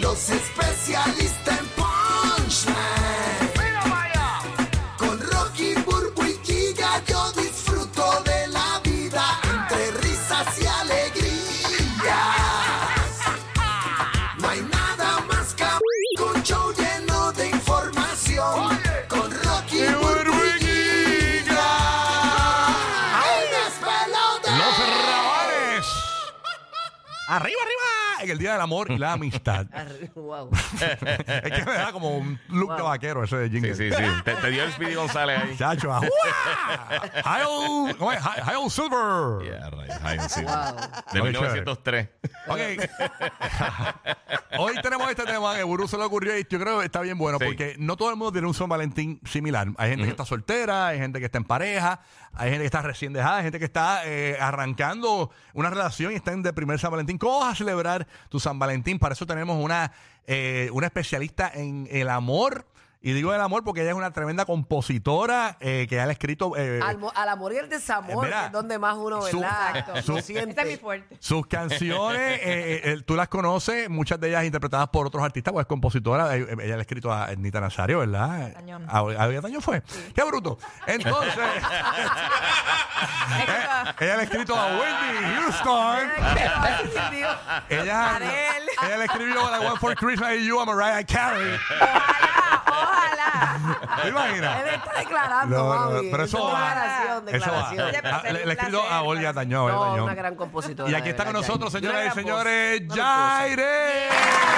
Los especialistas en punchline. Con Rocky Burbu y Giga yo disfruto de la vida entre risas y alegrías. No hay nada más que un show lleno de información. Con Rocky Burbu y Giga. ¡Ay, despelote! Los Rabanes. Arriba, arriba. En el Día del Amor y la Amistad. Wow. es que me da como un look de vaquero ese de jingle. Sí, sí, sí. Te, te dio el Speedy González ahí. Chacho, ajua. Hail, ¿cómo es? Hi- Hail Silver. Yeah, right. Ay, sí. De Oye, 1903. Ok. Hoy tenemos este tema que Buru se le ocurrió y yo creo que está bien bueno Sí. porque no todo el mundo tiene un San Valentín similar. Hay gente que está soltera, hay gente que está en pareja, hay gente que está recién dejada, hay gente que está eh, arrancando una relación y está en de primer San Valentín. ¿Cómo vas a celebrar tu San Valentín? Para eso tenemos una, eh, una especialista en el amor. Y digo el amor porque ella es una tremenda compositora eh, que ha escrito... eh, Al, mo- al amor y el desamor, Eh, mira, que es donde más uno, su- ¿verdad? su- Lo siente. Este es mi fuerte. Sus canciones, eh, eh, tú las conoces, muchas de ellas interpretadas por otros artistas, pues es compositora, eh, eh, ella le ha escrito a Ernita Nazario, ¿verdad? Tañón. A, a- a Tañón fue. ¡Qué bruto! Entonces, eh, ella le ha escrito a Wendy Houston, Ay, Dios. ella, Adele. ella le escribió a la One for Christmas y You a Mariah Carey. Ojalá, ojalá. ¿Te imaginas? Él está declarando, No, no, no, mami. pero eso es va. declaración, Eso va. declaración. Oye, pero Ah, Le, le sería un he escrito placer, a Olga parece. Tañón, Olga No, Tañón. una gran compositora. Y aquí de está verdad, con nosotros, Yair. señoras y Una gran señores, voz, una gran Yaire.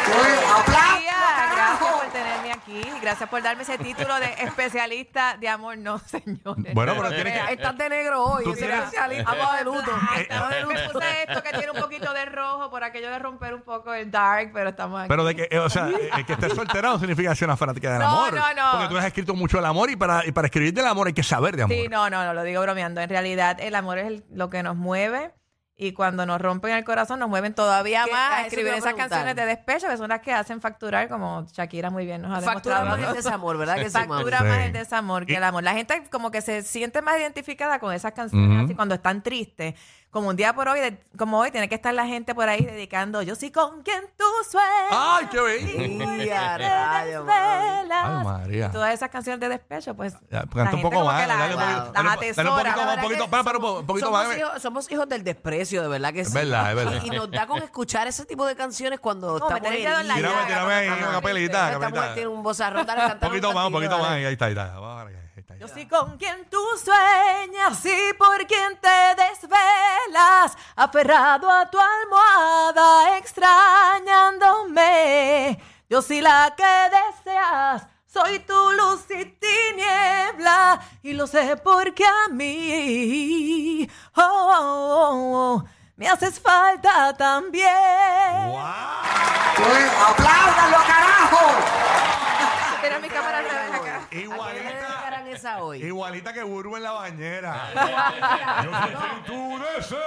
Buen día. Gracias por tenerme aquí. Gracias por darme ese título de especialista de amor. No, señores. Bueno, No pero lo tiene voz. crean. que- Estás de negro hoy, Tú es tienes- eh, especialista. Vamos de luto. Ah, Vamos de estamos- me luto. puse esto que tiene un poquito de rojo por aquello de romper un poco el dark, pero estamos aquí. Pero de que, eh, o sea, eh, que estés soltera no significa ser una fanática del No, amor. no, no. Porque tú has escrito mucho del amor y para, y para escribir del amor hay que saber de amor. Sí, no, no, no, lo digo bromeando. En realidad, el amor es el- lo que nos mueve y cuando nos rompen el corazón, nos mueven todavía ¿Qué? más Ah, a eso te escribir iba a esas preguntar. canciones de despecho, que son las que hacen facturar, como Shakira muy bien nos ha Factura demostrado. más el desamor, ¿verdad que sí, mami? factura Sí. más el desamor que el amor. La gente como que se siente más identificada con esas canciones así cuando están tristes. Como un día por hoy, de- como hoy, tiene que estar la gente por ahí dedicando Yo sí con quien tú sueñas. ¡Ay, qué bello! Y a te rayo, mami. desvelas". Ay, María. Todas esas canciones de despecho, pues. Ya, la Canta un gente poco como más. que dale un wow. poquito- las dale un- dale un poquito, atesora. La más, un verdad poquito, que para, para, un po- un poquito somos, más. hijos, somos hijos del desprecio, de verdad que sí. Es verdad, es verdad. Y, y nos da con escuchar ese tipo de canciones cuando No, estamos meter el dedo en la heridos. Tirame, llaga tirame ahí cuando una estamos capelita, tristes. Esta capelita. mujer tiene un vozarrón, dale, Un cantamos poquito más, un poquito más. dale. Ahí está, ahí está. Vamos, ahí está, ahí Yo está. sí con quien tú sueñas y por quien te desvelas, aferrado a tu almohada, extrañándome. Yo sí la que deseas, soy tu luz y tiniebla, y lo sé porque a mí oh, oh, oh, me haces falta también. ¡Wow! ¡Apláudalo, carajo! Mira mi cámara al revés acá. ¿A qué le Igualita, dedicarán esa hoy? igualita que Burbu en la bañera. Yo soy tu deseo.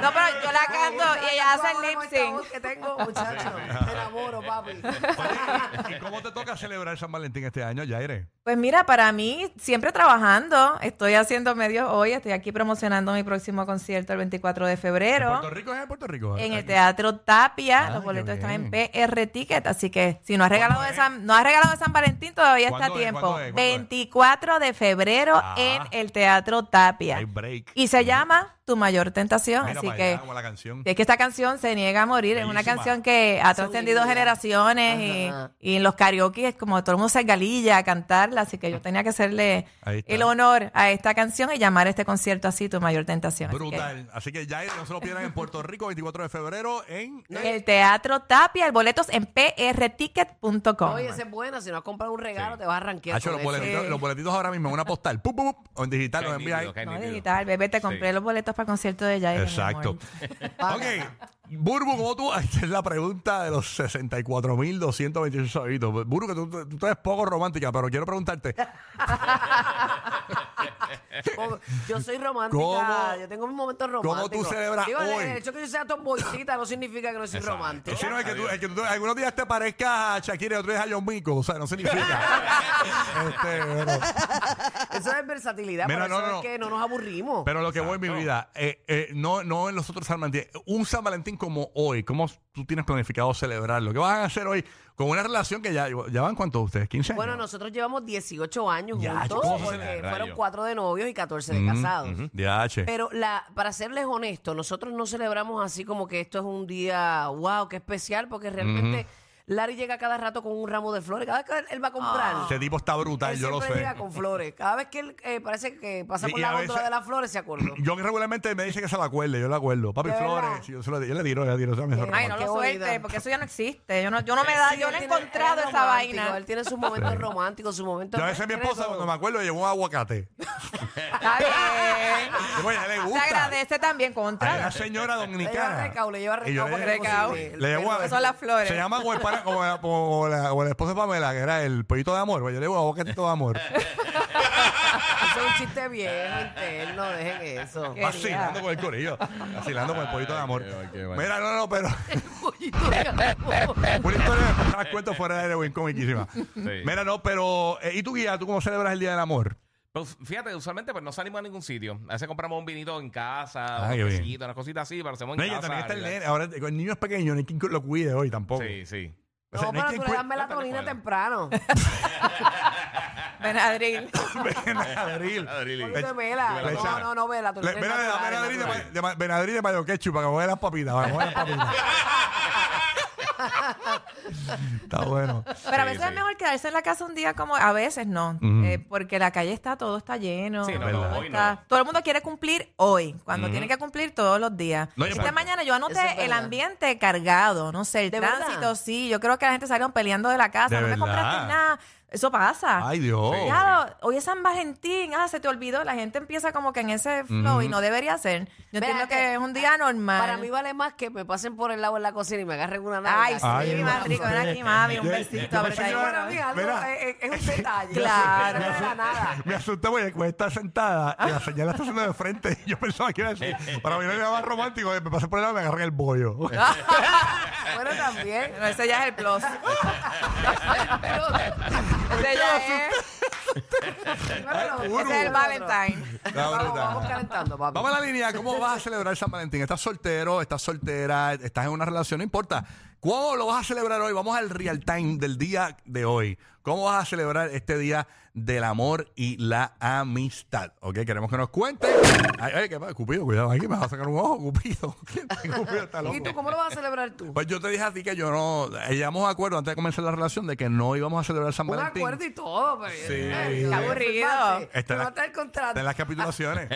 No, pero yo la canto y ella hace el lip sync. este Que tengo, muchacho. Te enamoro, papi. Oye, ¿Y cómo te toca celebrar San Valentín este año, Yaire? Pues mira, para mí, siempre trabajando, estoy haciendo medios hoy, estoy aquí promocionando mi próximo concierto el 24 de ¿En febrero Puerto Rico es en Puerto Rico? en este el Aquí. Teatro Tapia. Ah, Los boletos qué están en bien. PR Ticket, así que si no has regalado ¿Cuándo es? de San, no has regalado de San Valentín, todavía está a ¿Cuándo es? tiempo. ¿Cuándo es? ¿Cuándo es? 24 de febrero Ah. en el Teatro Tapia. Hay break. Y se llama Tu Mayor Tentación, Mira así para que... allá, como la canción. Es que esta canción se niega a morir. Es una Bellísima. canción que ha trascendido Subida. generaciones y, Ajá. y en los karaoke es como todo el mundo se galilla a cantarla. Así que yo tenía que hacerle Ahí está. el honor a esta canción y llamar a este concierto así tu mayor tentación. Así que Brutal. Así que ya no se lo pierdan en Puerto Rico, 24 de febrero, en... Eh, El Teatro Tapia, el boletos en prticket.com. Oye, esa es buena. Si no has comprado un regalo, te vas a arranquear. Hacho, los, con eso. boletitos, los boletitos ahora mismo en una postal, pum, pum, pum, o en digital, Qué los nítido, envías ahí. qué No, nítido. digital, bebé, te compré Sí. los boletos para el concierto de Yair. mi Exacto. amor. ok. Burbu, ¿cómo tú? Esta es la pregunta de los 64.228 sabitos. Burbu, que tú, tú tú eres poco romántica, pero quiero preguntarte. Como- Yo soy romántica. ¿Cómo- yo tengo mis momentos tú románticos. celebras Digo, el- hoy? El hecho que yo sea tomboycita no significa que no soy romántica. Sí, no, es que, tú, es que tú- algunos días te parezca a Shakira y otros días a John Mico. O sea, no significa. Este, pero, Eso es versatilidad, Mira, pero no, eso no, es no. que no nos aburrimos. pero lo que voy en mi vida, eh, eh, no, no en los otros San Valentín. Un San Valentín como hoy, ¿cómo tú tienes planificado celebrarlo? ¿Qué van a hacer hoy con una relación que ya, ya van cuántos ustedes? ¿15 años? bueno, nosotros llevamos 18 años Ya, juntos, ¿cómo se porque celebra? fueron Rayo. 4 de novios y 14 de casados. Ya, che. Pero la, para serles honestos, nosotros no celebramos así como que esto es un día, wow, qué especial, porque realmente Larry llega cada rato con un ramo de flores. Cada vez que él va a comprar, Este tipo está brutal, él yo lo sé. siempre llega con flores. Cada vez que él eh, parece que pasa Y- por y la a góndola veces- de las flores, se acordó. Yo regularmente me dice que se la acuerde, yo la acuerdo. Papi ¿De verdad? Flores, yo, se lo- yo le tiro, yo le tiro. o sea, me Qué hizo Ay, no Qué lo suelte, bonita. porque eso ya no existe. Yo no, yo no me da, Sí, yo él no he tiene- encontrado él es esa romántico, vaina. Él tiene sus momentos románticos, sus momentos. Yo a veces mi tiene esposa, todo. cuando me acuerdo, llevó un aguacate. Está bien. Yo, a ella le Te gusta. agradece también A contra. Ah, la señora Le lleva dominicana. recao, le lleva recao. Y yo para le- que Recao. cocine. Le llevo a- Son las flores. Se llama como el, pana- como la, como la- como la esposa de Pamela, que era el pollito de amor. Pues Yo le digo aguacatito de amor. Eso es un chiste viejo, interno, dejen eso. Qué Vacilando lindo. con el corillo. Vacilando con el pollito de amor. Ay, qué bueno, qué bueno. Mira, no, no, pero Pollito de amor. una historia que te das cuenta fuera de aire, bien comiquísima. Mira, no, pero. eh, ¿Y tú, guía? ¿Tú cómo celebras el Día del Amor? Pues fíjate, usualmente pues no salimos a ningún sitio. A veces compramos un vinito en casa, Ah, qué un bien. quesito, unas cositas así, pero hacemos en No, y que casa. también está el ¿verdad? nene. Ahora, el niño es pequeño, no hay quien lo cuide hoy tampoco. Sí, sí. O No, sea, no hay pero quien tú le das cuide- melatonina cuela. temprano. Benadryl. Benadryl. Benadryl. Le- Un poquito de vela. le echa- No, no, no, vela. tú le- eres mira, le da natural, Benadryl de natural. ma- de ma- Benadryl de mayo ketchup para que mueva las papitas. Para que mueva las papitas. Está bueno. Pero Sí, a veces sí. es mejor quedarse en la casa un día como... A veces no. eh, porque la calle está, todo está lleno. Sí, no, todo, no, hoy está- no. todo el mundo quiere cumplir hoy, cuando tiene que cumplir todos los días. No, yo Esta por- mañana yo Eso es anoté el verdad. ambiente cargado, no sé, el ¿De verdad? tránsito, sí. Yo creo que la gente salieron peleando de la casa, De no me verdad. compraste nada. Eso pasa. Ay, Dios. Sí. Claro, hoy es San Valentín, ah, se te olvidó, la gente empieza como que en ese flow y no debería ser. Yo Mira, entiendo que- que es un día ah, normal. Para mí vale más que me pasen por el lado en la cocina y me agarren una nalga. Ay, sí, Ay, más no. rico, ven aquí, mami, un Yo- besito, yo apretadito. pensé que Para mí algo eh, Mira. es, es- es un detalle. Claro. No es para nada. Me asusté porque como está sentada y la señal la está haciendo de frente. Yo pensaba que iba a decir, para mí no era más romántico. Me pasé por el lado y me agarré el bollo. Ah. Bueno, también. Bueno, ese ya es el plus. Pero- Ese ya es, pero- ese es el Valentine. La Vamos, brutal. vamos calentando, papi. Vamos a la línea. ¿Cómo vas a celebrar San Valentín? ¿Estás soltero? ¿Estás soltera? ¿Estás en una relación? No importa. ¿Cómo lo vas a celebrar hoy? Vamos al real time del día de hoy. ¿Cómo vas a celebrar este día del amor y la amistad? Ok, queremos que nos cuentes. Ay, ay, qué pasa, Cupido, cuidado aquí, me vas a sacar un ojo, Cupido. Cupido está loco. ¿Y tú cómo lo vas a celebrar tú? Pues yo te dije a ti que yo no. Llegamos a acuerdo antes de comenzar la relación de que no íbamos a celebrar San Un Valentín. acuerdo y todo, pero Sí. Está aburrido. Está en la- el contrato. De las capitulaciones.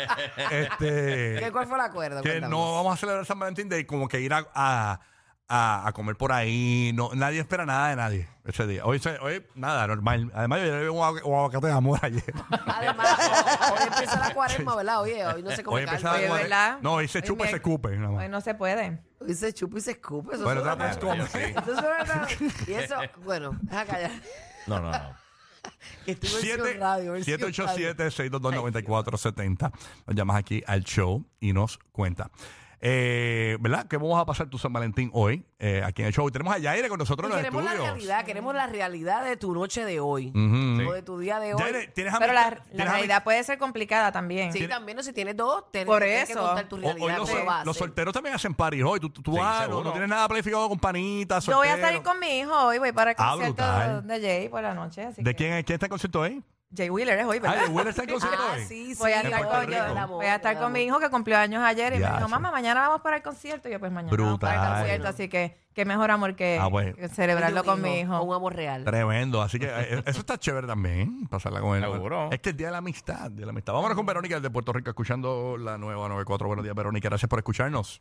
este. ¿Qué- ¿Cuál fue el acuerdo? que Cuéntame. no vamos a celebrar San Valentín de como que ir a, a, a- a comer por ahí. No, nadie espera nada de nadie ese día. Hoy, se- hoy nada, normal. Además, yo llevé un, agu- un aguacate de amor ayer. Además, hoy empieza la cuaresma, ¿verdad? Oye, hoy no se come Hoy carne. empezaba oye, aguacate- ¿verdad? No, hoy se Hoy chupa y me- se escupe. nada más. Hoy no se puede. Hoy se chupa y se escupe. Eso Bueno, suena otra vez tan- como. Sí. Eso suena tan- Y eso, bueno, deja callar. No, no, no. Que estoy versión Siete- radio, versión 787-622-9470. Nos llamas aquí al show y nos cuenta. Eh, ¿Verdad? ¿Qué vamos a pasar tu San Valentín hoy? Eh, aquí en el show. Y Tenemos a Yaire con nosotros en radio. los Y Queremos la estudios. realidad, queremos la realidad de tu noche de hoy. O de tu día de hoy. Yaire, ¿tienes amistad- Pero la, la tienes amistad- realidad puede ser complicada también. Sí, también, no, si tienes dos, tienes, Por tienes que eso. contar tu O- Hoy realidad. los, no lo vas a los hacer. solteros también hacen party hoy. Tú, tú- tú Sí, vas, no, seguro. no tienes nada planificado con panitas. Yo voy a soltero. salir con mi hijo hoy, voy para el Ah, concierto brutal. de Jay por la noche. Así ¿De que- quién, quién está en concierto hoy? Jay Wheeler es hoy, Ah, ¿verdad? ¿de Will está en concierto Ah, hoy? sí, sí. Voy a, en estar Puerto con, Rico. yo- el amor, voy a estar el con mi amor. hijo que cumplió años ayer y Ya, me dijo, sí. mamá, mañana vamos para el concierto. Y yo, pues mañana vamos para el Brutal. concierto. Así que qué mejor amor que, Ah, bueno. que celebrarlo Y tu con mi Un hijo. amor real. Tremendo. Así que eh, eso está chévere también. Pasarla con él. Seguro. Es que el día de la amistad. De la amistad. Vámonos con Verónica de Puerto Rico escuchando la nueva 94. Buenos días, Verónica. Gracias por escucharnos.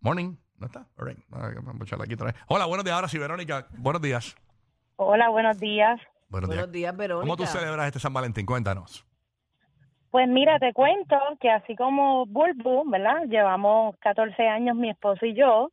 Morning. ¿No está? All right. Ah, Vamos a echarla aquí otra vez. Hola, buenos días. Ahora sí, Verónica. Buenos días. Hola, buenos días. Buenos, Buenos días, Verónica. ¿Cómo tú celebras este San Valentín? Cuéntanos. Pues mira, te cuento que así como Bulbu, ¿verdad? Llevamos 14 años mi esposo y yo,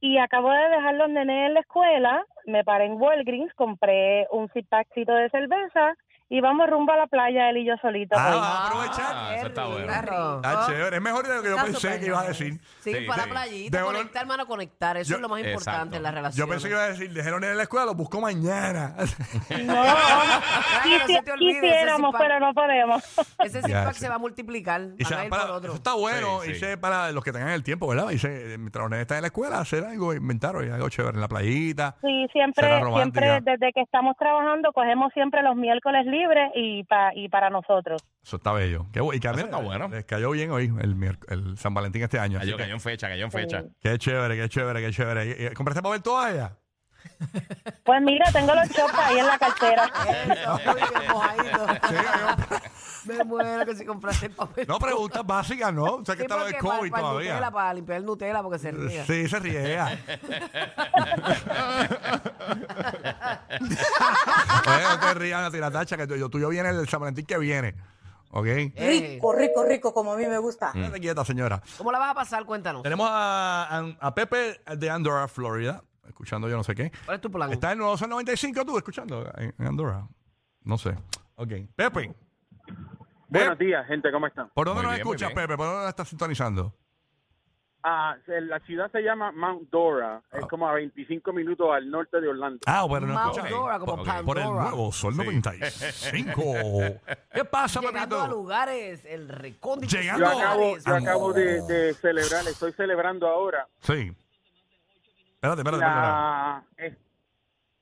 y acabo de dejar los nenes en la escuela, me paré en Walgreens, compré un six packcito de cerveza y vamos rumbo a la playa él y yo pues. solitos. Ah, hoy. va a aprovechar. Ah, eso está bueno. Está rico. Ah, chévere. Es mejor de lo que yo Está pensé súper que ibas a bien. decir. Sí, Sí, para sí. la playita, De conectar, hermano, conectar. Eso Yo- es lo más Exacto. importante en la relación. Yo pensé que iba a decir, dejaron en la escuela, lo busco mañana. No, que no se te quisi- olvide ese quisiéramos, six-pack. pero no podemos. Ese six Ya, pack sí. se va a multiplicar. Y van sea a ir para- por otro. Eso está bueno. Sí, y sí. sea para los que tengan el tiempo, ¿verdad? Y se- mientras los nenes están en la escuela, hacer algo, inventar hoy, algo chévere en la playita. Sí, Será siempre, romántica. siempre desde que estamos trabajando cogemos siempre los miércoles libres y, pa, y para nosotros. Eso está bello. Qué bu- y que a Eso mí- está bueno. Les cayó bien hoy el, miérc- el San Valentín este año. así Cayó, que- cayó en fecha, cayó en fecha. Qué chévere, qué chévere, qué chévere. ¿Y- y- ¿Compraste papel toalla? Pues mira, tengo los chopas ahí en la cartera. Eso, muy bien, mojadito. Me muero que si compraste el papel. No, preguntas básicas, ¿no? O sea, que Sí, está lo de porque COVID para, para el todavía. Nutella, para limpiar el Nutella, porque se ría. Sí, se riega. Oye, no te rías, Natina Tacha, que tú, yo, tú y yo viene el San Valentín que viene. ¿Ok? Eh, Rico, rico, rico, como a mí me gusta. Quédate quieta, señora. ¿Cómo la vas a pasar? Cuéntanos. Tenemos a, a- a Pepe de Andorra, Florida, escuchando yo no sé qué. ¿Cuál es tu plan? Está en el nuevo Sol 95 tú, escuchando en, en Andorra. No sé. Ok. Pepe, Buenos días, gente, ¿cómo están? ¿por dónde Muy nos bien, muy escuchas, bien. Pepe? ¿Por dónde nos estás sintonizando? Ah, se- la ciudad se llama Mount Dora, es como a 25 minutos al norte de Orlando. Ah, bueno, no Mount escuchas. Dora, como Ok, Pandora. Por el nuevo Sol 95. ¿Qué pasa, Llegando a Pepito? lugares, el recóndito. Llegando Yo No. acabo, yo Ah, acabo de, de celebrar, estoy celebrando ahora. Sí. Espérate, espérate, espérate. La, eh,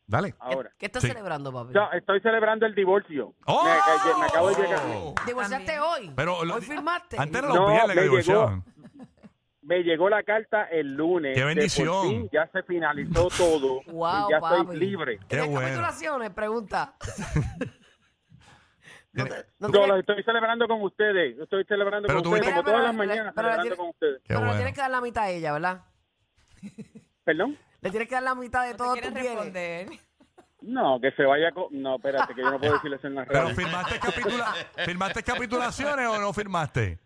Dale. ahora. ¿Qué estás Sí. celebrando, papi? Yo estoy celebrando el divorcio. ¡Oh! Me, me acabo de llegar. ¿Divorciaste hoy? Pero lo- ¿Hoy firmaste? Antes era los No, viernes que me llegó. divorciaban. Me llegó la carta el lunes. ¡Qué de por bendición! fin ya se finalizó todo Wow, y ya papi. estoy libre. Qué ¿Tienes bueno. capitulaciones? Pregunta. No te- no Yo tienes- los estoy celebrando con ustedes. Yo estoy celebrando Pero tú- con ustedes, como Mira, todas pero- las mañanas, pero la celebrando tiene- con ustedes. Qué Pero le bueno. tienes que dar la mitad a ella, ¿verdad? ¿Perdón? Le tienes que dar la mitad de todo ¿Te tu quieres bien. responder? No, que se vaya con... No, espérate, que yo no puedo decirles en la Pero radio. firmaste, capitula- firmaste capitulaciones o no firmaste?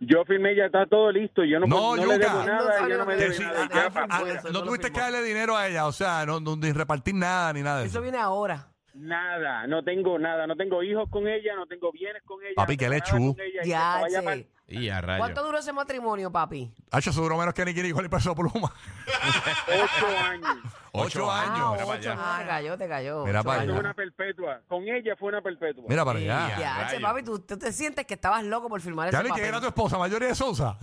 Yo firmé, ya está todo listo. Yo no, No, no, le Yuka. debo nada, No, yo no me no, Que debo sí, no, nada. ah, no, ya, no, pa- ah, fuera. no tuviste que darle dinero a ella, o sea, no, no- ni repartir nada ni nada de Eso eso. viene ahora. Nada, no tengo nada. No tengo hijos con ella, no tengo bienes con ella. Papi, no qué tengo nada lechú. con ella, y que Ya, se vaya pa'l- che. Y a rayo. ¿Cuánto duró ese matrimonio, papi? Hacho, seguro menos que Nicky Nicole y Peso Pluma. Ocho años. Ocho Ah, años. para ocho, allá. no, te cayó, te cayó. Mira Ocho para Eso años. fue allá. una perpetua. Con ella fue una perpetua. Mira para Sí, allá. ya, che, rayo. papi, tú, tú te sientes que estabas loco por firmar Ya ese ni que papel. era tu esposa, Mayoría de Sosa.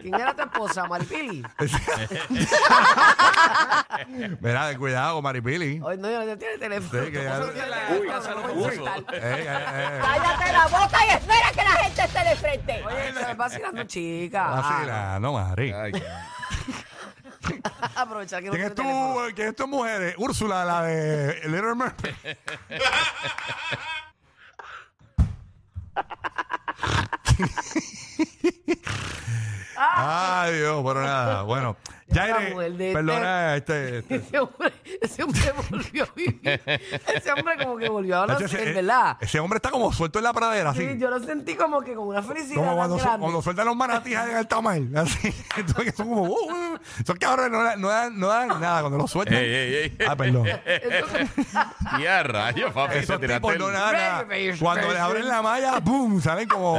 ¿Quién era tu esposa, Maripili? Mira, cuidado, Maripili. Hoy no, no tiene teléfono. Sí, que ya- Tu esposa no tiene teléfono, Uy, no puede uy. contestar. Eh, eh, eh. Cállate la boca y espera que la gente esté de frente. Oye, no, vacilando, chica. Vacila, no, Mari. Ay, qué- Aprovechar que no ¿Quién es, tiene tu, teléfono. ¿Quién es tu mujer? Eh, Úrsula, la de Little Mermaid. Ay, Dios, pero nada. Bueno, Ah. La Jaire, mujer de perdona, este. este- Ese hombre, ese hombre volvió a vivir. Ese hombre como que volvió a hablar, Nacho, este, ese- eh, ¿verdad? Ese hombre está como suelto en la pradera, así. Sí, yo lo sentí como que con una felicidad Como tan cuando, su- grande. cuando sueltan los manatíes en el tamal. Así. Entonces, que son como. uh, uh, son cabrones, no, dan- no dan, no dan nada cuando los sueltan. Ey, ey, ey. Ah, perdón. Y a rayo, papi. te Esos tiraste tipos el- no dan nada. Cuando les abren la malla, ¡pum! Salen como.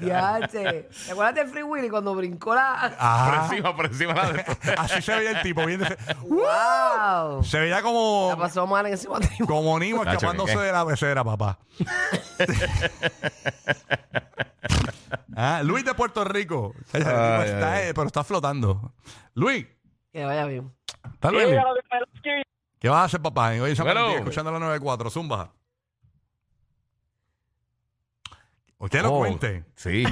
Diache. ¿Te acuerdas de Free Willy cuando brincó la. Por Ajá. encima, por encima. la de- Así se veía el tipo. bien de- ¡Wow! Se veía como. La pasó mal en ese matrimonio. Como Nimo Nacho, escapándose ¿qué? de la pecera, papá. ah, Luis de Puerto Rico. El tipo Ay, está, ay. eh, pero está flotando. Luis, Que vaya bien. ¿está Luis? ¿Qué vas a hacer, papá? Hoy en San Bueno. Valentín, escuchando la 94, zumba. Usted lo Oh, cuente. Sí.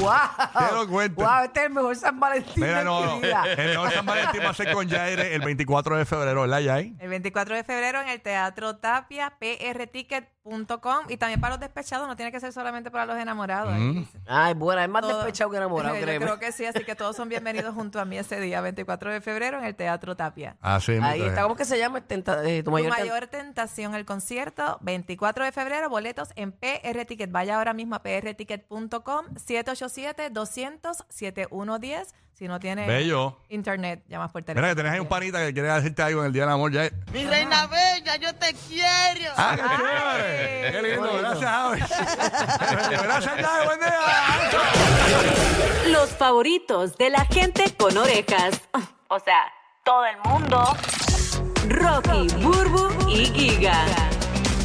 ¡Wow! Te lo cuento. ¡Wow! Este es el mejor San Valentín Mira, de no, eh, mi no. vida. El mejor San Valentín va a ser con Jaire el 24 de febrero, ¿verdad, Jair? El 24 de febrero en el Teatro Tapia, PR Ticket .com y también para los despechados, no tiene que ser solamente para los enamorados. ahí dice. Ay, buena, es más Todo- Mm. despechado que enamorado, Yo créeme. creo que sí, así que todos son bienvenidos junto a mí ese día, 24 de febrero, en el Teatro Tapia. Así mismo Ahí es. está, ¿cómo que se llama? el tenta- eh, tu Tu mayor, mayor, tentación al concierto, 24 de febrero, boletos en PR Ticket. Vaya ahora mismo a prticket.com, 787-200-7110. Si no tiene Bello. internet, llamas por teléfono. Mira que tenés ahí un panita que quiere decirte algo en el Día del Amor. Ya. Mi reina bella, yo te quiero. ¡Ah, qué chévere! ¡Qué lindo! Gracias, Aves. Gracias, Aves. Buen día. Los favoritos de la gente con orejas. O sea, todo el mundo. Rocky, Burbu y Giga.